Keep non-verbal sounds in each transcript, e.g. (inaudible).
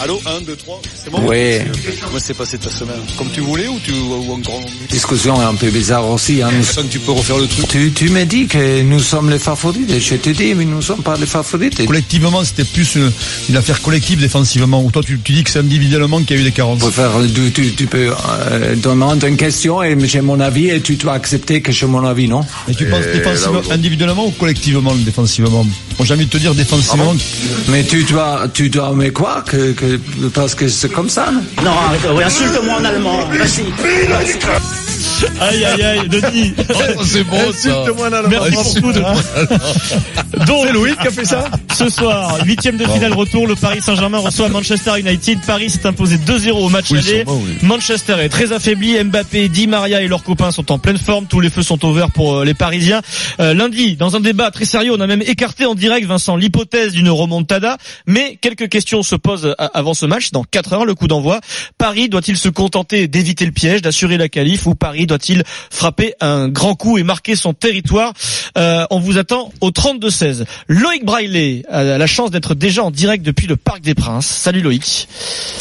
Allô, 1, 2, 3, c'est bon Ouais. Comment s'est passé ta semaine Comme tu voulais ou, tu, ou encore Discussion est un peu bizarre aussi. Hein. Je sens que tu peux refaire le truc. Tu, tu me dis que nous sommes les favorites. Je te dis, mais nous ne sommes pas les favorites. Je Collectivement, c'était plus euh, une affaire collective défensivement. Ou toi, tu, tu dis que c'est individuellement qu'il y a eu des carences. peux faire- tu, tu- tu peux euh, demander une question et j'ai mon avis et tu dois accepter que j'ai mon avis, non Et tu penses euh, là, défensivement, aujourd'hui. individuellement ou collectivement, défensivement Bon, j'ai envie de te dire défensivement. Ah Mais tu dois, tu dois me croire que, que- parce que c'est comme ça. non Non, arrête, oui, insulte-moi en allemand. Vas-y. Aïe, aïe, (laughs) aïe, Denis. c'est bon ça. Ah, Merci pour tout. Denis. (laughs) Donc, Louis qui a fait ça ce soir, huitième de finale retour, le Paris Saint-Germain reçoit Manchester United. Paris s'est imposé 2-0 au match Oui, aller. sûrement, oui. Manchester est très affaibli. Mbappé, Di Maria et leurs copains sont en pleine forme. Tous les feux sont au vert pour euh, les Parisiens. Euh, lundi, dans un débat très sérieux, on a même écarté en direct, Vincent, l'hypothèse d'une remontada. Mais quelques questions se posent a- avant ce match. Dans 4 heures, le coup d'envoi. Paris doit-il se contenter d'éviter le piège, d'assurer la qualif ou Paris doit-il frapper un grand coup et marquer son territoire Euh, On vous attend au 32-16. Loïc Braillet a euh, la chance d'être déjà en direct depuis le Parc des Princes. Salut Loïc.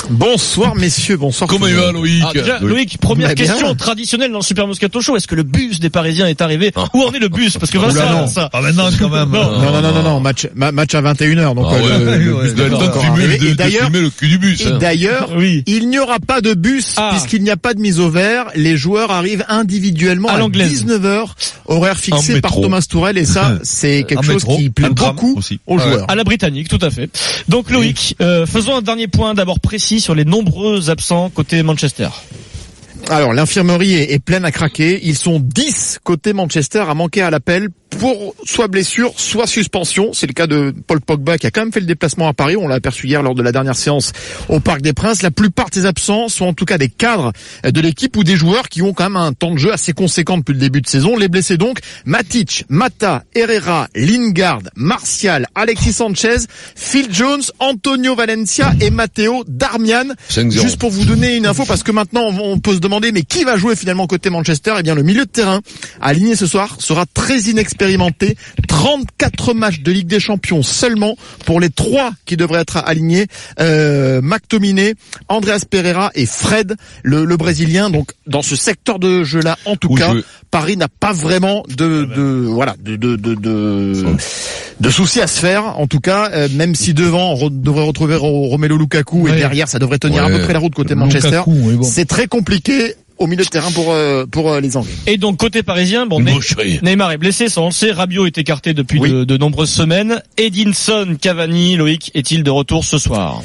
Bonsoir messieurs, bonsoir. Comment tout il le va monde. Loïc Ah, déjà, Loïc, première Bah, bien. question traditionnelle dans le Super Moscato Show. Est-ce que le bus des Parisiens est arrivé Ah. Où en est le bus Parce que Vincent, Oula, non. ça. Ah, maintenant, quand même. Non. Non non Ah, non non non, match ma- match à 21h donc Ah euh, ouais, le- le ouais, bus Il a le doit être temps de encore fumer, arrivé. de- et de d'ailleurs fumer le cul du bus. et hein. Ah. d'ailleurs Oui. il n'y aura pas de bus Ah. puisqu'il n'y a pas de mise au vert. Les joueurs arrivent individuellement À à, l'anglaise. 19h, horaire En fixé métro. par Thomas Tourelle et (laughs) ça c'est quelque En chose métro, qui plaît un tram beaucoup aussi. Ah aux ouais. joueurs. À la Britannique, tout à fait. Donc Loïc, euh, faisons un dernier point d'abord précis sur les nombreux absents côté Manchester. Alors l'infirmerie est, est pleine à craquer. Ils sont 10 côté Manchester à manquer à l'appel pour soit blessure, soit suspension. C'est le cas de Paul Pogba qui a quand même fait le déplacement à Paris. On l'a aperçu hier lors de la dernière séance au Parc des Princes. La plupart des absents sont en tout cas des cadres de l'équipe ou des joueurs qui ont quand même un temps de jeu assez conséquent depuis le début de saison. Les blessés donc, Matic, Mata, Herrera, Lingard, Martial, Alexis Sanchez, Phil Jones, Antonio Valencia et Matteo Darmian. 5-0. Juste pour vous donner une info, parce que maintenant on on peut se demander, mais qui va jouer finalement côté Manchester Eh bien, le milieu de terrain aligné ce soir sera très inexpérimenté. 34 matchs de Ligue des Champions seulement pour les trois qui devraient être alignés euh, McTominay, Andreas Pereira et Fred, le, le Brésilien. Donc dans ce secteur de jeu-là, en tout Où cas, je- Paris n'a pas vraiment de, de voilà de de de, de, de soucis à se faire. En tout cas, euh, même si devant on re- devrait retrouver Ro- Romelu Lukaku Ouais. et derrière ça devrait tenir à Ouais. peu près la route côté Manchester. Lukaku, oui, bon. C'est très compliqué au milieu de terrain pour euh, pour euh, les Anglais. Et donc côté parisien, bon, Ney- Boucherie. Neymar est blessé, ça on le sait. Rabiot est écarté depuis Oui. de, de nombreuses semaines. Edinson, Cavani, Loïc est-il de retour ce soir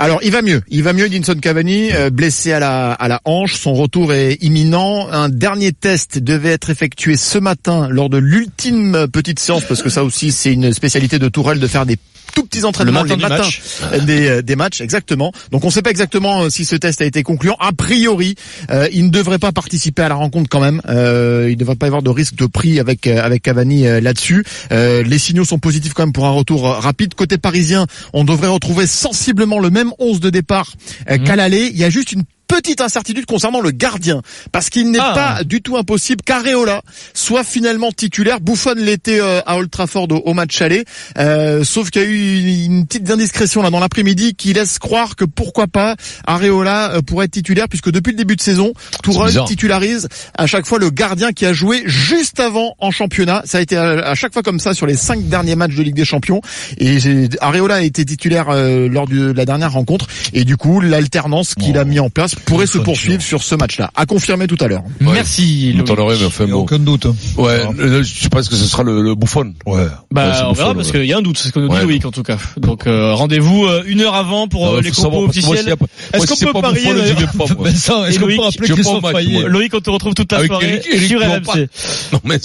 Alors il va mieux, il va mieux. Dinson Cavani euh, blessé à la à la hanche, son retour est imminent. Un dernier test devait être effectué ce matin lors de l'ultime petite séance parce que ça aussi c'est une spécialité de Tourelle de faire des tout petits entraînements matin les du matins match. des, euh, des matchs, exactement. Donc on ne sait pas exactement euh, si ce test a été concluant. A priori, euh, il ne devrait pas participer à la rencontre quand même. Euh, il ne devrait pas y avoir de risque de prix avec euh, avec Cavani euh, là-dessus. Euh, les signaux sont positifs quand même pour un retour euh, rapide. Côté parisien, on devrait retrouver sensiblement le même 11 de départ euh, qu'à l'aller. Il y a juste une petite incertitude concernant le gardien parce qu'il n'est Ah. pas du tout impossible qu'Areola soit finalement titulaire Bouffon l'était euh, à Old Trafford au, au match aller euh, sauf qu'il y a eu une, une petite indiscrétion là dans l'après-midi qui laisse croire que pourquoi pas Areola euh, pourrait être titulaire puisque depuis le début de saison Tourelle bizarre. titularise à chaque fois le gardien qui a joué juste avant en championnat ça a été euh, à, à chaque fois comme ça sur les cinq derniers matchs de Ligue des Champions et j'ai- Areola a été titulaire euh, lors du- de la dernière rencontre et du coup l'alternance qu'il a mis en place pourrait se poursuivre sur ce match-là. À confirmer tout à l'heure. Merci. Tout Loïc. en aurait, mais enfin Il y a bon. aucun doute. Ouais, le- je pense que ce sera le, le bouffon. Ouais. Ouais, Bah, c'est on verra Buffon, parce ouais. qu'il y a un doute, c'est ce que nous dit Ouais. Loïc en tout cas. Donc euh, rendez-vous euh, une heure avant pour euh, Ah ouais, les faut savoir, compos parce que moi, officiels. s'il y a pas- moi, si c'est pas Buffon, je d'ailleurs (laughs) vais pas, moi. Vincent, est-ce Et qu'on Loïc, peut appeler je Christophe prends Mike, Payet moi. Loïc, on te retrouve toute la Avec soirée Eric- Eric sur Lampard. RMC. Non, (laughs) mais.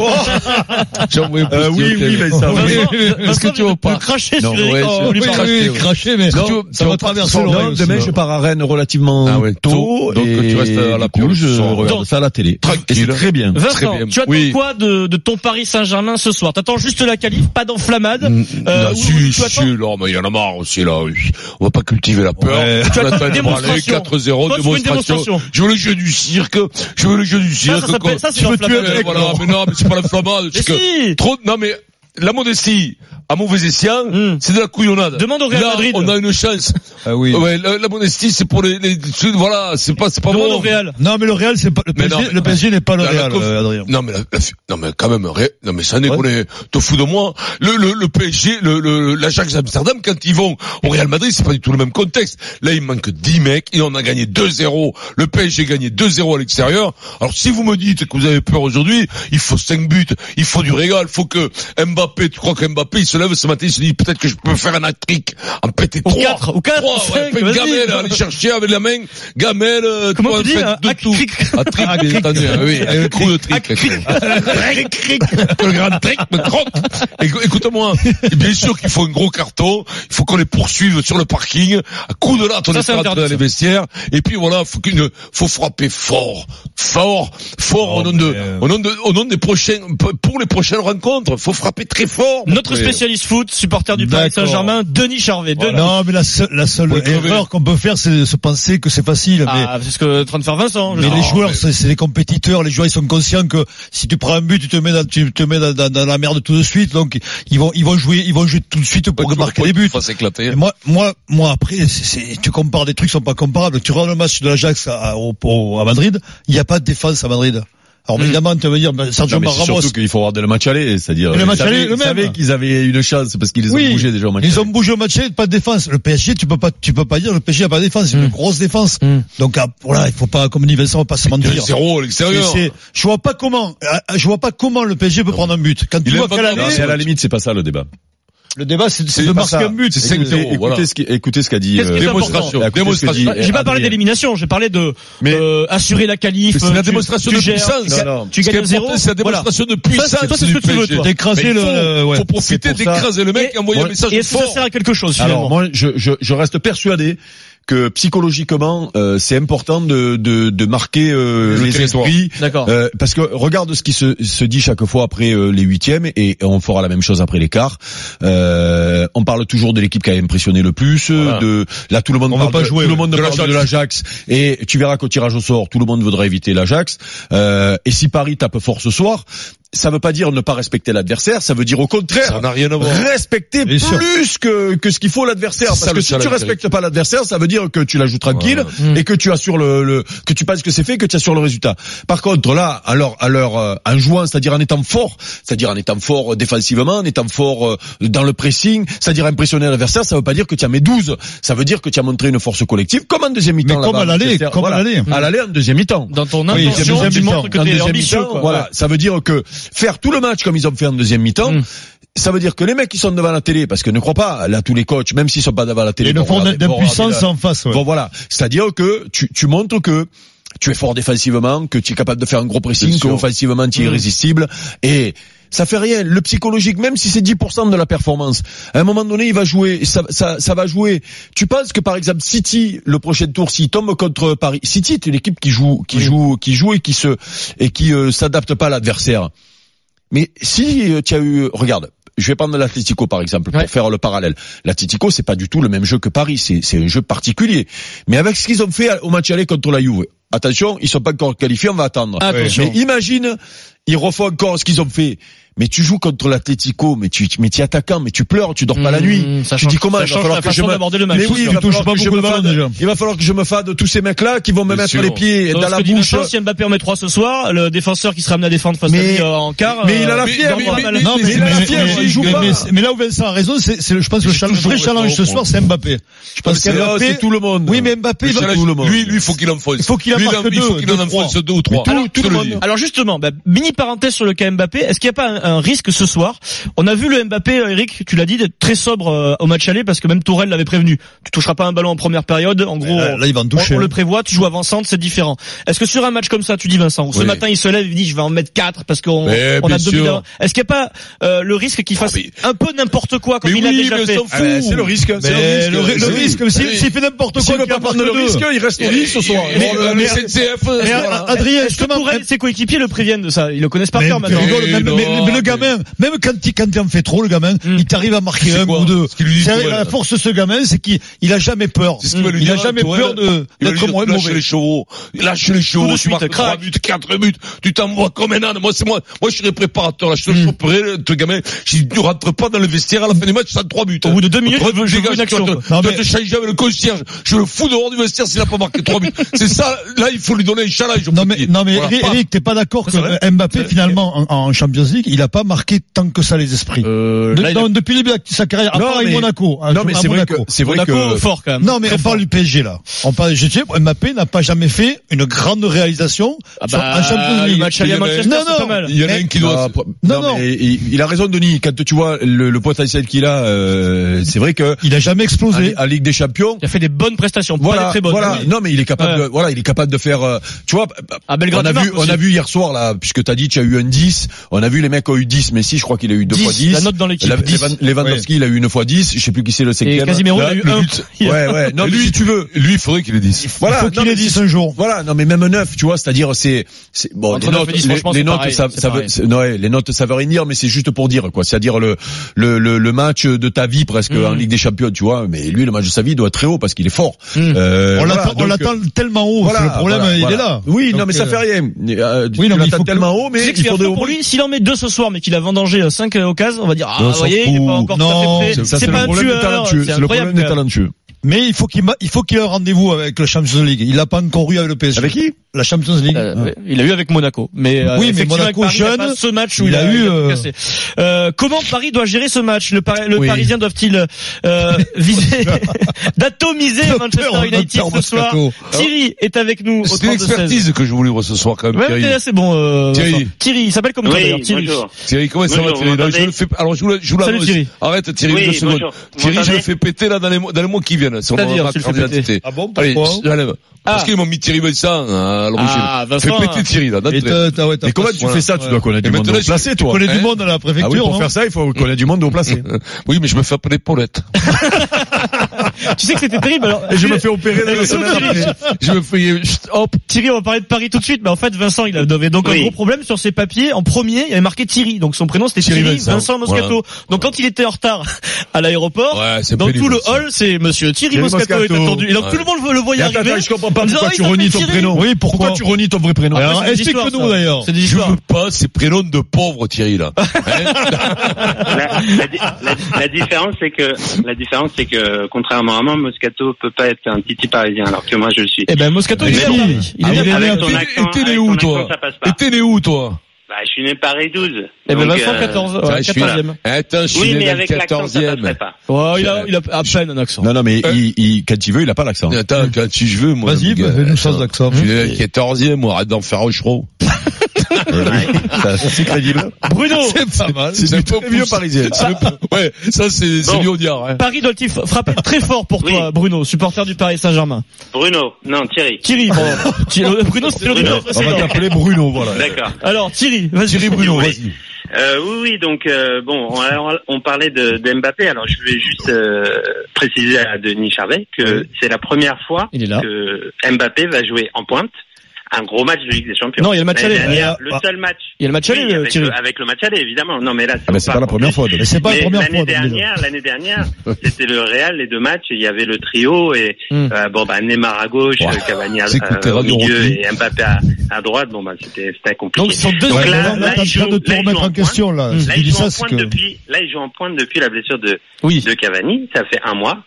(laughs) J'ai envoyé plus oui, de- oui, mais ça, Oui, Vincent, oui, oui. Est-ce Vincent que tu vient veux de- pas de cracher Non, sur Eric ouais, en c'est- lui oui, parlant. oui, cracher, cracher, mais Est-ce que tu veux- tu ça veux va pas traverser faire ça, l'oreille. Loïc, Demain, aussi, je pars à Rennes relativement Ah ouais, tôt. tôt, donc et tu restes à la du coup, pioche, je sans- regarde ça à la télé. Tranquille. Et c'est très bien. Très Vincent, bien. tu attends Oui. quoi de, de ton Paris Saint-Germain ce soir T'attends juste la qualif, pas d'enflammade. Euh, ou- si, ou tu si, attends- là, mais il y en a marre aussi, là. oui. On va pas cultiver la peur. Ouais. On Tu attends attend une de branler, démonstration. 4-0, Toi, tu veux une démonstration. Je veux le jeu du cirque. Je veux le jeu du ça cirque. s'appelle- quoi. ça, c'est Tu veux l'enflammade. tuer un mec, Voilà, mais non, mais c'est pas la flammade. Mais si Trop, non, mais la modestie, à mauvais escient, Hmm. c'est de la couillonnade. Demande au Real Là, Madrid. on a une chance. Ah oui. Ouais, la, la modestie, c'est pour les, les- ceux- voilà, c'est pas, c'est pas Demande bon. au Real. Non, mais le Real, c'est pas, le Mais PSG, non. le PSG n'est pas le Dans la Real, conf- euh, Adrien. Non mais la- la- non mais quand même ré- non mais ça n'est qu'on est te fous de moi le le, le PSG le le- l'Ajax Amsterdam quand ils vont au Real Madrid c'est pas du tout le même contexte là il manque 10 mecs et on a gagné 2-0 le PSG a gagné 2-0 à l'extérieur alors si vous me dites que vous avez peur aujourd'hui il faut 5 buts il faut du régal faut que Mbappé tu crois que Mbappé il se lève ce matin il se dit peut-être que je peux faire un hat-trick en péter Ou 3 quatre, ou quatre, ou cinq, vas-y. gamelle aller chercher avec la main gamelle euh, Comment toi, tu dis, faites un de tout hat-trick un trick, bien entendu. hein, Oui, un coup de trick. Trick, trick. Le grand trick me croque. Écou- Écoute-moi. Bien sûr qu'il faut un gros carton. Il faut qu'on les poursuive sur le parking. À coup de là, on Ça, les c'est fera interdit, dans les ça. vestiaires. Et puis voilà, faut qu'une, faut frapper fort. Fort. Fort Oh, au nom de, mais, euh, au nom de, au nom des prochains, pour les prochaines rencontres. Faut frapper très fort. Notre Mais- spécialiste foot, supporter du Paris D'accord. Saint-Germain, Denis Charvet. Denis. Non, mais la seule, la seule Faut le crever. erreur qu'on peut faire, c'est de se penser que c'est facile. mais Ah, c'est ce que est en train de faire Vincent. je Mais sais. les Non, joueurs, mais- c'est c'est les compétiteurs. Les joueurs, ils sont conscients que si tu prends un but, tu te mets dans, tu te mets dans, dans- dans la merde tout de suite. Donc, ils vont, ils vont jouer, ils vont jouer tout de suite pour Faut marquer qu'on les buts. fasse éclater. Et moi, moi, moi, après, c'est- c'est- tu compares des trucs qui sont pas comparables. Tu regardes le match de l'Ajax à, au- au- à Madrid, il n'y a pas de défense à Madrid. Alors, évidemment, tu vas me dire, ben, Sergio Hmm. Non, mais c'est Ramos, surtout qu'il faut regarder le match aller, c'est-à-dire. Le ils match savaient- aller, le Ils savaient même. qu'ils avaient une chance parce qu'ils les Oui. ont bougés déjà au match ils ont aller. bougé au match, pas de défense. Le PSG, tu peux pas, tu peux pas dire, le PSG a pas de défense, Hmm. c'est une grosse défense. Mm. Donc, ah, voilà, il faut pas, comme dit Vincent, on va pas se mentir. 2-0 à l'extérieur. C'est- c'est- je vois pas comment, ah, ah, je vois pas comment le PSG peut prendre un but. Quand tu Il vois aime pas qu'à trop, Non, l'aller, c'est à la limite, c'est pas ça le débat. le débat c'est c'est c'est de pas marquer ça. un but. C'est 5-0, Écoutez, écoutez voilà. ce qui- écoutez ce qu'a dit. Qu'est-ce qui est euh, Démonstration. écoutez ce que dit, Démonstration. euh, J'ai pas parlé Adrien. d'élimination, j'ai parlé de Mais- euh, assurer la qualif. Mais c'est euh, la tu- démonstration tu de gères, puissance. tu- Non. Tu Ce qui est gagnes zéro. important, C'est la voilà. démonstration de Ça, c'est- toi, puissance. c'est ce du que tu veux, PSG. toi. D'écraser Mais il le- faut- euh, ouais. Faut profiter C'est pour ça. d'écraser le mec et envoyer un Bon, message Et est-ce que ça fort. sert à quelque chose finalement Alors moi, je, je, je reste persuadé que psychologiquement, euh, c'est important de, de, de marquer euh, Le les territoire. esprits. D'accord. Euh, parce que regarde ce qui se, se dit chaque fois après euh, les huitièmes et on fera la même chose après les quarts. Euh, on parle toujours de l'équipe qui a impressionné le plus. euh, Voilà. De là, tout le monde On parle veut pas de- jouer, tout le ouais. monde De parle l'Ajax. de l'Ajax. Et tu verras qu'au tirage au sort, tout le monde voudra éviter l'Ajax. Euh, et si Paris tape fort ce soir, ça veut pas dire ne pas respecter l'adversaire. Ça veut dire au contraire Ça n'a rien à voir. respecter Bien sûr. plus que, que ce qu'il faut l'adversaire. C'est ça, Parce le que si challenge, tu respectes pas l'adversaire, ça veut dire que tu la joues tranquille et que tu assures le, le- que tu penses que c'est fait, que tu assures le résultat. Par contre, là, alors, alors, euh, en jouant, c'est-à-dire en étant fort, c'est-à-dire en étant fort euh, défensivement, en étant fort euh, dans le pressing, c'est-à-dire impressionner l'adversaire, ça veut pas dire que tu as mis 12. Ça veut dire que tu as montré une force collective, comme en deuxième mi-temps. Mais comme là-bas, à l'aller, Manchester. comme à Voilà. l'aller. À l'aller en deuxième mi-temps. Dans ton Oui, intention, deuxième tu mi-temps. montres que En t'es deuxième ambitieux. mi-temps, quoi. Voilà, ça veut dire que faire tout le match comme ils ont fait en deuxième mi-temps, Mm. ça veut dire que les mecs qui sont devant la télé, parce que ne crois pas, là tous les coachs, même s'ils sont pas devant la télé, Et le vont fond regarder- vont d'impuissance regarder la- en face. ouais. Bon voilà, c'est-à-dire que tu, tu montres que tu es fort défensivement, que tu es capable de faire un gros pressing, Bien que sûr. Mmh. offensivement tu es irrésistible et ça fait rien. Le psychologique, même si c'est 10% de la performance, à un moment donné, il va jouer. Ça, ça, ça va jouer. Tu penses que par exemple City, le prochain tour, s'il tombe contre Paris, City est une équipe qui joue, qui joue, qui joue et qui se et qui euh, s'adapte pas à l'adversaire. Mais si euh, tu as eu, regarde, je vais prendre l'Atlético par exemple Ouais. pour faire le parallèle. L'Atlético c'est pas du tout le même jeu que Paris, c'est c'est un jeu particulier. Mais avec ce qu'ils ont fait au match aller contre la Juve, Attention, ils sont pas encore qualifiés, on va attendre. Attention. Mais imagine, ils refont encore ce qu'ils ont fait. Mais tu joues contre l'Atlético, mais tu mais es attaquant, mais tu pleures, tu dors pas la Mmh, nuit. ça tu change- dis comment ça il va change falloir la que je façon me- d'aborder le match. Mais oui, Tu il va touches falloir pas que je beaucoup me le ballon, fade. déjà. Il va falloir que je me fade tous ces mecs-là qui vont me Bien mettre sûr. les pieds Dans dans la bouche. si Mbappé en met trois ce soir, le défenseur qui sera amené à défendre face à Mais- lui euh, en quart. mais il a la euh, fièvre, dormira mais- mal. mais- Non, mais, mais- mais- mais- mais- il joue mais- pas. mais- mais là où Vincent a raison, c'est, c'est le- je pense que le, J'ai challenge- toujours vrai raison, challenge ce moi. soir, c'est Mbappé. Je pense C'est qu'Mbappé- c'est tout le monde. Oui, mais Mbappé, Le il va- challenge, tout le monde. Lui, lui, faut qu'il enfonce. Il faut qu'il en Lui, marque il faut deux, qu'il deux, en enfonce trois. deux ou trois. Alors, Je te le dis. alors justement, bah, mini parenthèse sur le cas Mbappé, est-ce qu'il n'y a pas un, un risque ce soir On a vu le Mbappé, euh, Eric, tu l'as dit, d'être très sobre euh, au match aller parce que même Tourelle l'avait prévenu. Tu toucheras pas un ballon en première période, en gros. Là, là, il va en on- toucher. on, le prévoit, tu joues avant-centre, c'est différent. Est-ce que sur un match comme ça, tu dis Vincent, où ce Oui. matin il se lève, il dit je vais en mettre 4 parce qu'on Mais on a bien deux sûr. minutes avant. Est-ce qu'il n'y a pas euh, le risque qu'il fasse mais- un peu n'importe quoi comme Mais il l'a oui, déjà mais fait on s'en fout. Eh, c'est le risque. Mais c'est le, ri- le c'est- risque, s'il Oui. s'il fait n'importe S'il quoi, veut qu'il pas en marque prendre le deux. risque, il reste au lit ce soir. Mais Bon, le mais- CNCF, Mais euh, voilà. Adrien, Est-ce que justement, Tourelle, ses coéquipiers le préviennent de ça Ils le connaissent par Mais cœur tu maintenant. rigoles, Mais même- non, mais- mais le mais- Hmm. gamin, même quand il, quand il en fait trop, le gamin, il t'arrive à marquer C'est un quoi ou deux. Ce qu'il lui dit, C'est la- Tourelle. la force de ce gamin, c'est qu'il, il a jamais peur. Hmm. C'est ce qu'il va lui Mmh. Il dire. a jamais Tourelle. peur de, Il va lui d'être dire, moins Lâche mauvais. les chevaux. Lâche les Tout chevaux. de Tu suite, marques crac. 3 buts, 4 buts. Tu t'envoies comme un âne. Moi, c'est moi. Moi, je serais préparateur. Là, je te Mmh. choperais, le truc, gamin. Je dis, tu rentres pas dans le vestiaire à la fin du match, t'as 3 buts. Au bout de deux minutes, je veux- je veux Dégage, une Tu action, vas quoi. te- Non, tu vas mais- te changer avec le concierge. Je le fous dehors du vestiaire s'il a pas marqué (laughs) 3 buts. C'est ça. Là, il faut lui donner un challenge. au Non mais petit. non mais Voilà, Eric, paf. Eric, t'es pas d'accord que Ça, c'est euh, Mbappé finalement en, en Champions League il a pas marqué tant que ça les esprits. Euh, De- là, il a- non, Depuis le début de sa carrière, à Non, part avec mais- Monaco. à- Non, mais à c'est vrai que, Monaco. c'est vrai Monaco, que, fort quand même. Non mais on parle du PSG là. On parle du PSG. Mbappé n'a pas jamais fait une grande réalisation Ah sur- bah, en Champions le League. match aller à Il y en a- Manchester, Non, c'est non. pas mal. Il y en a Mais- un qui doit. Non, Non, non. mais il, il a raison, Denis. Quand tu vois le, le potentiel qu'il a, euh, c'est vrai que Il a jamais en, explosé. en Ligue des Champions, Il a fait des bonnes prestations, voilà, pas des très bonnes. Ah voilà. Oui. Non, mais il est capable, Ouais. de, voilà, il est capable de faire. euh, tu vois, À Belgrade, on a il vu, marque on a aussi. vu hier soir là, puisque t'as dit tu as eu un 10 On a vu les mecs ont eu 10 mais si je crois qu'il a eu deux 10, fois 10 la note dans l'équipe. La- Levan- Lewandowski, il a eu une fois 10 Je sais plus qui c'est le Et cinquième. Casimiro, il Là, a eu le un. but. Ouais, ouais. (laughs) Non, mais lui, si tu veux. Lui, il faudrait qu'il le dise. Voilà. il faut non, qu'il ait mais dit c'est- un jour. Voilà, non mais même neuf, tu vois, c'est-à-dire c'est c'est bon Entre les neuf et notes, dix, les, franchement, les c'est notes pareil, ça c'est ça veut pareil. c'est- ouais, les notes ça veut rien dire mais c'est juste pour dire quoi, c'est-à-dire le, le le le match de ta vie presque Mm. en Ligue des Champions, tu vois, mais lui le match de sa vie doit être très haut parce qu'il est fort. Mm. Euh, On voilà, l'attend- on donc, l'attend tellement haut. voilà, le problème voilà, il voilà. est là. Oui, non Donc, mais ça euh, fait rien. Euh, oui, non, tu mais il l'attends faut que- tellement haut mais C'est que il c'est affreux faudrait au pour lui, s'il en met deux ce soir, mais qu'il a vendangé euh, 5 occasions, on va dire, ah, Non, vous s'en voyez, il est pas fout. encore Non, tout à fait prêt. ça, C'est le pas un problème des tueur, talentueux, c'est c'est le incroyable. problème des talentueux. Mais il faut qu'il ma- il faut qu'il ait un rendez-vous avec le Champions League. Il l'a pas encore eu avec le PSG. Avec qui La Champions League. Euh, ouais. Il a eu avec Monaco, mais euh, Oui, mais effectivement, Monaco avec Paris, il a jeune, (laughs) pas ce match où il a eu, tout euh, cassé. Euh, comment Paris doit gérer ce match Le, Pari- le Oui. Parisien doivent-ils (laughs) euh, viser (laughs) d'atomiser peur, on Manchester a United peur, ce soir Moscato. Thierry est avec nous au C'est 32-16. l'expertise que je voulais voir ce soir quand même. Ouais, Thierry. ok, c'est bon. euh, Thierry. Vincent. Thierry, il s'appelle comme toi Oui, d'ailleurs. Thierry. bonjour. Thierry, comment ça va Bonjour, Thierry vous Non, je m'entendez le fais... Alors je vous la- je vous Salut, l'annonce. Thierry. Arrête Thierry, Oui, deux secondes. bonjour. Vous Thierry, je m'entendez le fais péter là dans les, mois- dans les mois qui viennent. Sur C'est-à-dire, ma tu le carte fais péter d'identité. Ah bon Allez, Pourquoi je l'enlève. Parce Ah. qu'ils m'ont mis Thierry Vincent hein, à Ah, l'origine. Vincent, Fais péter Thierry là. Et d'entrée. t'as- t'as- ouais, t'as Mais comment pas- tu voilà. fais ça Tu Ouais. dois connaître Et du monde maintenant, au placé je- Tu toi. connais du Hein monde à la Ah préfecture. oui, pour non faire ça, il faut connaître du monde (laughs) au placé. Oui, mais je me fais appeler Paulette. Tu sais que c'était terrible. Alors, Et (laughs) je me fais opérer dans la semaine après. je me fais... Chut, (laughs) Hop. Thierry, on va parler de Paris tout de suite, mais en fait Vincent, il avait donc un Oui. gros problème sur ses papiers. En premier, il avait marqué Thierry, donc son prénom c'était Thierry, Thierry Vincent, Vincent. Moscato. Donc quand il était en retard (laughs) à l'aéroport, Ouais, c'est dans pénible, tout le ça. hall, c'est Monsieur Thierry, Thierry Moscato, est Moscato. attendu. Et donc Ouais. tout le monde le voyait Mais attends, arriver. attends, je comprends pas en disant, pourquoi Ah, tu il renies ton s'appelle Thierry. prénom. Oui, pourquoi Ah, tu renies ton vrai prénom Alors, c'est des histoires, explique-nous, ça. d'ailleurs. C'est des Je histoires. veux pas ces prénoms de pauvres Thierry là. Ah, La, la di- la- la différence, c'est que la différence, c'est que contrairement à moi, Moscato peut pas être un titi parisien, alors que moi, je le suis. Eh ben Moscato, Mais il est à si. Paris. Il Ah est oui, à mais avec Paris. Eh ben, ton Et- accent, et t'es né avec où, ton toi accent, ça passe Et pas. t'es né où toi Bah, je suis né Paris 12. Eh ben donc, Vincent, euh, 14, Tiens, ouais, je suis- 14e. Attends, je suis Oui, né mais dans le avec l'accent, ça 14e. passerait pas. Ouais, il a, il a à peine un accent. Non, non, mais il, il, quand il veut, il a pas l'accent. Attends, quand tu veux, moi. Vas-y, mon bah, gars, fais-nous ça, attends. Zaxor. Je suis né dans le 14e, moi, arrête d'en faire Rochereau. Ça, C'est crédible. Bruno, Ah, C'est pas mal. C'est du pas très vieux poussé. parisien. C'est pas- Ouais, ça c'est c'est Bon. Lyonard, hein. Paris doit-il frapper très fort pour Oui. toi, Bruno, supporter du Paris Saint-Germain Bruno, non, Thierry. Thierry, (laughs) pardon. Thierry- euh, Bruno, c'était Bruno. l'auditeur On va précédent. t'appeler Bruno, voilà. D'accord. Alors Thierry, vas-y. Thierry Bruno, Oui. vas-y. Euh, oui, oui, donc euh, bon, on, on parlait de, de Mbappé, alors je vais juste euh, préciser à Denis Charvet que c'est la première fois Ah. Il est là. que Mbappé va jouer en pointe un gros match de Ligue des Champions. Non, il y a le match L'année aller. dernière, Ah, le ah. seul match. Il y a le match Oui, aller, euh, avec, Thierry. le, avec le match aller, évidemment. Non, mais là, Ah ben c'est pas la première fois. donc. Mais euh, c'est pas la Mais première fois. l'année donc, déjà. dernière, (laughs) l'année dernière, c'était le Real, les deux matchs, et il y avait le trio et Hmm. euh, bon bah Neymar à gauche, Ouah, euh, Cavani à, c'est écouté euh, au Radio milieu Rocky. et Mbappé à, à droite. Bon bah c'était c'était compliqué. Donc ils sont deux Donc Ouais, là, mais là, là, t'es en ils train de jouent- te là, ils remettre jouent en en question, là. Mmh. Si là tu ils dis jouent en ça, c'est pointe que... depuis là ils jouent en pointe depuis la blessure de Oui. de Cavani, ça fait un mois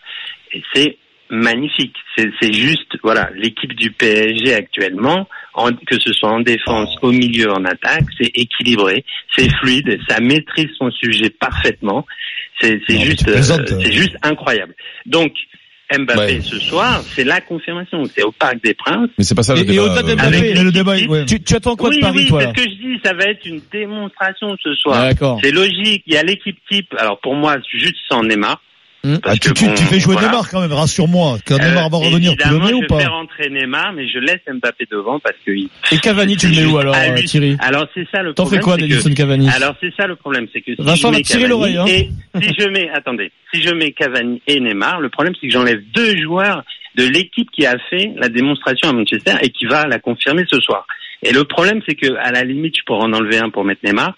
et c'est magnifique. C'est c'est juste voilà l'équipe du PSG actuellement, en- que ce soit en défense, au milieu, en attaque, c'est équilibré, c'est fluide, ça maîtrise son sujet parfaitement. C'est c'est Non, mais juste tu euh, plaisantes. c'est juste incroyable. Donc Mbappé Ouais. ce soir, c'est la confirmation. C'est au Parc des Princes. Mais c'est pas ça le Et- et débat. au-delà de euh, Mbappé, Avec Mais le débat, ouais. Tu, tu attends quoi oui, de Paris, oui, toi c'est là ce que je dis, ça va être une démonstration ce Ah, soir. D'accord. c'est logique, il y a l'équipe type. Alors pour moi, juste sans Neymar. Hmm. Ah, Parce tu, que tu, bon, tu fais jouer voilà. Neymar quand même, rassure-moi. Quand Neymar va Euh, revenir, tu le évidemment, mets ou Je vais pas faire entrer Neymar, mais je laisse Mbappé devant parce que. il- Et Cavani, tu le mets où alors, Ah, euh, lui- Thierry Alors c'est ça le T'en problème. fais quoi, c'est Nelson Cavani que- Alors c'est ça le problème, c'est que si Vincent je va mets tirer l'oreille, Cavani hein. et si je mets, attendez, si je mets Cavani et Neymar, le problème c'est que j'enlève deux joueurs de l'équipe qui a fait la démonstration à Manchester et qui va la confirmer ce soir. Et le problème c'est que à la limite, je pourrais en enlever un pour mettre Neymar,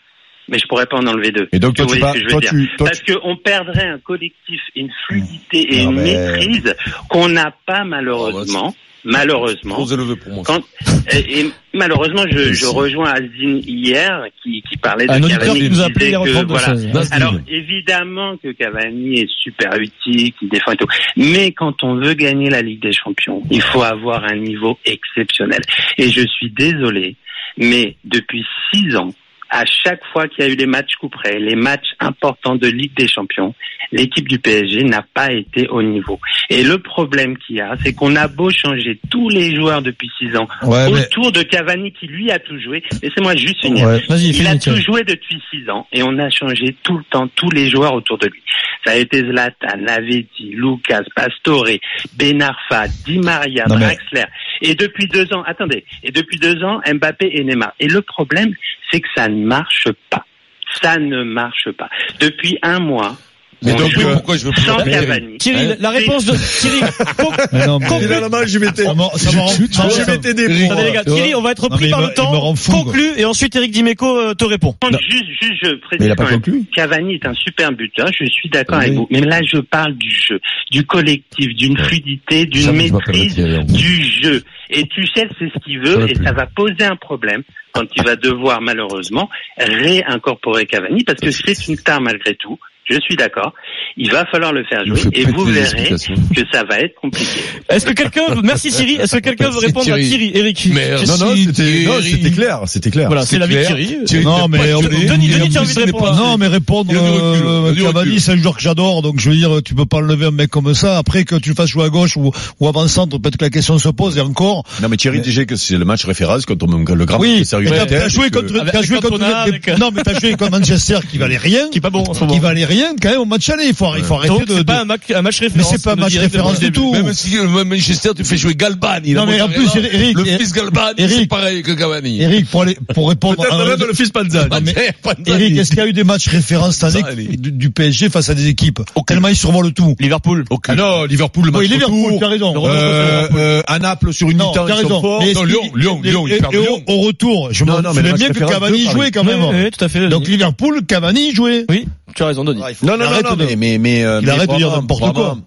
mais je pourrais pas en enlever deux. Et donc toi Vous tu voyez pars, ce que je toi veux dire. tu, Ah ben, toi, Parce qu'on perdrait un collectif, une fluidité et Non, une mais- maîtrise qu'on n'a pas malheureusement. Malheureusement. Ah, bah, trop élevé pour moi. Quand, et, et malheureusement, (laughs) je, je rejoins Asdin hier qui, qui parlait de Un auditeur Cavani. qui qui nous a disait appelé hier au que, 32 voilà. Bah, 16. Nasdin. Alors évidemment que Cavani est super utile, qu'il défend et tout. Mais quand on veut gagner la Ligue des Champions, il faut avoir un niveau exceptionnel. Et je suis désolé, mais depuis six ans, à chaque fois qu'il y a eu les matchs couperets, les matchs importants de Ligue des Champions, l'équipe du PSG n'a pas été au niveau. Et le problème qu'il y a, c'est qu'on a beau changer tous les joueurs depuis six ans Ouais, mais- autour de Cavani qui lui a tout joué. Laissez-moi juste finir. Ouais. Vas-y, Il a finis, tout Thierry. joué depuis six ans et on a changé tout le temps tous les joueurs autour de lui. Ça a été Zlatan, Lavetti, Lucas, Pastore, Benarfa, Di Maria, Non, mais- Draxler. Et depuis deux ans, attendez, et depuis deux ans, Mbappé et Neymar. Et le problème, c'est que ça ne marche pas. Ça ne marche pas. Depuis un mois, Mais on donc oui, joue pourquoi je veux plus sans l'appeler Eric Cavani. Thierry, la- la C'est- réponse de Thierry. Com- Mais non, mais- Conclu- Ça main, je m'étais, Ah, m'en- ça m'en- ça je m'en- m'étais débrouillé. Attendez, les gars, Tu vois Thierry, on va être Non, mais repris il par me- il le me temps. rend fou, quoi. Conclu et ensuite Eric Dimeco euh, te répond. Juste, juste, je précise Mais il a pas quand même, conclu. Cavani est un super buteur, je suis d'accord Oui. avec vous. Mais là, je parle du jeu, du collectif, d'une fluidité, d'une Jamais je m'appellerai maîtrise Thierry, en fait. du jeu. Et Tuchel, c'est ce qu'il Ça veut, va et plus. ça va poser un problème quand il va devoir malheureusement réincorporer Cavani, parce que c'est une tare malgré tout. Je suis d'accord. Il va falloir le faire Il me jouer, fait et péter vous les verrez explications. que ça va être compliqué. Est-ce que quelqu'un, merci Thierry, est-ce que quelqu'un veut Merci, répondre à Thierry. Thierry, Eric? Merde. Non, non, Si, c'était, non, Thierry. c'était clair, c'était clair. Voilà, c'est la vie de clair. Thierry. Thierry, Non, t'as mais pas on- de- Denis, Denis, on- t'as en envie de plus, répondre. hein. ça n'est pas- Non, mais répondre. Il y a du recul, euh, il y a du Cavani, recul. c'est un joueur que j'adore, donc je veux dire, tu peux pas enlever un mec comme ça. Après que tu le fasses jouer à gauche ou, ou avant centre, peut-être que la question se pose et encore. Non, mais Thierry, déjà que c'est le match référence contre le Ah, grand Oui, sérieux. mais t'as t'as joué contre, Avec t'as joué contre, Cantona, des- avec- non, mais t'as joué contre Manchester qui valait rien, Qui est pas bon en ce moment. qui valait rien quand même au match aller. Il faut, il faut arrêter Donc, de, c'est de- pas un match, un match mais référence. c'est pas un nous match dirait depuis le référence du début. tout. Même si euh, Manchester, tu fais jouer Galban. il a Non, mais en montré plus, là, Eric- le Eric- fils Galban, Eric- c'est pareil que Cavani. Eric, pour aller, pour répondre à- le fils Panzani. Ah, mais- Eric, est-ce qu'il y a eu des matchs références cette Ça, elle année est- du, du PSG face à des équipes? Tellement ils survolent tout. Liverpool. Ah non, Liverpool, le match Oui, Liverpool, retour. t'as raison. Euh, euh, à Naples sur une Non, mi-temps, t'as ils sont raison. forts. Mais Non, est-ce Lyon, qu'il- Lyon, et- Lyon, il et- perd et au- Lyon. Au retour, je me Non, non, mais le souviens match bien que préféré Cavani de Paris. jouait quand même. Oui, oui, tout à fait. Donc Denis. Liverpool, Cavani jouait. Oui, tu as raison, Denis. Non, non, non, Arrête non, de- mais, mais, mais, euh, Il mais arrête de dire apparemment, n'importe quoi. apparemment,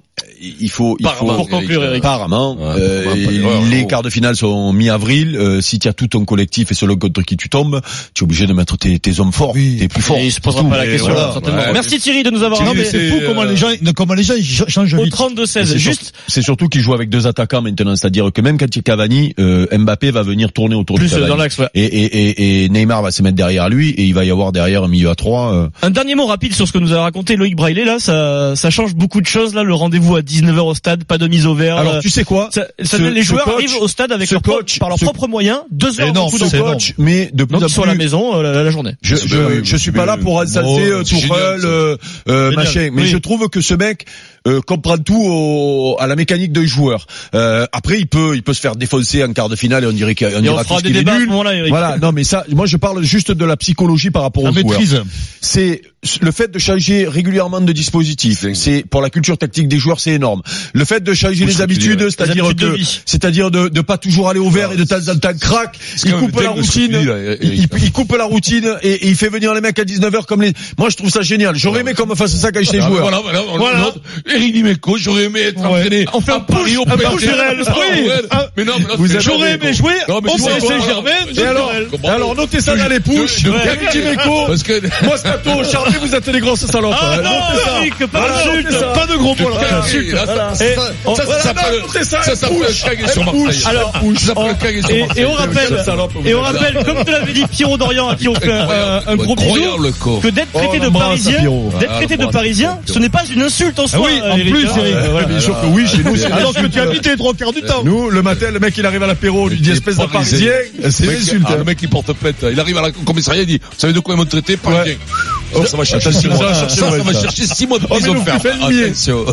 Il faut, il faut, Apparemment, Pour conclure, Eric. apparemment, Ouais, euh, apparemment, pas d'erreur, les gros. quarts de finale sont mi-avril, euh, si tu as tout ton collectif et selon contre qui tu tombes, tu es obligé de mettre tes, tes hommes forts, tes plus forts. Et il se posera Tout, pas la mais question, voilà. là, certainement. Ouais. Merci Thierry de nous avoir Non, mais rappelé c'est fou comment les gens, comment les gens ils ch- changent au vite. 32-16. C'est sur- Juste, C'est surtout qu'il joue avec deux attaquants maintenant, c'est-à-dire que même quand il y a Cavani, euh, Mbappé va venir tourner autour plus de euh, Cavani. dans l'axe, ouais. Et, et, et, et Neymar va se mettre derrière lui et il va y avoir derrière un milieu à trois. euh, Un dernier mot rapide sur ce que nous a raconté Loïc Braillet, là, ça, ça change beaucoup de choses, là, le rendez-vous à 19h au stade, pas de mise au vert. euh, Alors tu sais quoi ça, ça- ce- les ce joueurs coach- arrivent au stade avec ce leur propre- coach- par leurs ce- propres moyens, deux heures énorme, de coup d'envoi. ce coach, mais de plus Donc en ils sont à plus. la maison euh, la, la journée. Je, je, je suis pas là pour Oh, insulter euh, c'est génial, Tourelle, ça. euh, euh, Génial. machin, mais Oui. je trouve que ce mec, euh, comprend tout au- à la mécanique de joueur. Euh, après, il peut, il peut se faire défoncer en quart de finale et on dirait qu'on Et on dira fera tous des qu'il est débats à ce nul. moment-là, Eric. Voilà, non mais ça, moi je parle juste de la psychologie par rapport La aux joueurs. maîtrise. C'est le fait de changer régulièrement de dispositif. C'est pour la culture tactique des joueurs, c'est énorme. Le fait de Oui, ce changer les que tu dis, habitudes, ouais. Ah, c'est-à-dire habitudes de que, vie. c'est-à-dire de ne pas toujours aller au vert et de temps en temps crac, C'est il quand même coupe la dingue, ce que tu routine, dis, là, Eric. il, il- il coupe la routine et, et il fait venir les mecs à 19h comme les. Moi, je trouve ça génial. J'aurais aimé qu'on me fasse ça quand j'étais Ah, joueur. Voilà, voilà, on Voilà. le note. Eric Dimeco, j'aurais aimé être entraîné. On fait un à Paris, push- au un push PSG, réel. à Paris, Oui. ouais. Ah. Mais non, mais là, Vous c'est avez jamais, aimé quoi. jouer Non, mais au tu vois, PSG, voilà. Germain, Et c'est alors, Noël. comment- Alors, notez ça dans les pouches. de- de- Eric Dimeco, (laughs) Parce que, Moscato, Charlie, vous êtes les grosses salopes. hein. Ah Notez ça. non, Eric, pas Voilà, d'insultes, notez ça. pas de gros points. Et là, ça- ça- Et on- ça, ça voilà, s'appelle- notez ça, ça elle s'appelle pousse. le cagé sur Marseille. Alors, Ça s'appelle on- le cagé sur et, Marseille. et on rappelle, et on rappelle, comme te l'avait dit Pierrot euh, Dorian, à qui on fait euh, un, un gros bisou, Incroyable, corps. que d'être traité de l'embrasse, parisien, Pierrot. Ah, d'être traité de l'embrasse, parisien, Pierrot. ce n'est pas une insulte en soi. Ah oui, en Eric, plus, Ah, hein. Eric. Euh, voilà. Bien sûr que oui, chez nous, c'est Alors que insulte. tu habites les trois quarts du temps. Nous, le matin, le mec, il arrive à l'apéro, on lui dit espèce de parisien, c'est Mec, insulte. ah, le mec il porte plainte. Il arrive à la au commissariat, il dit Vous savez de quoi ils m'ont traité Parisien. Oh, Ça, ça va chercher Attention, 6 mois. ça, Ça, ça ouais, va ça. chercher six mois de Oh, mais prison nous, ferme. fait le billet. Attention.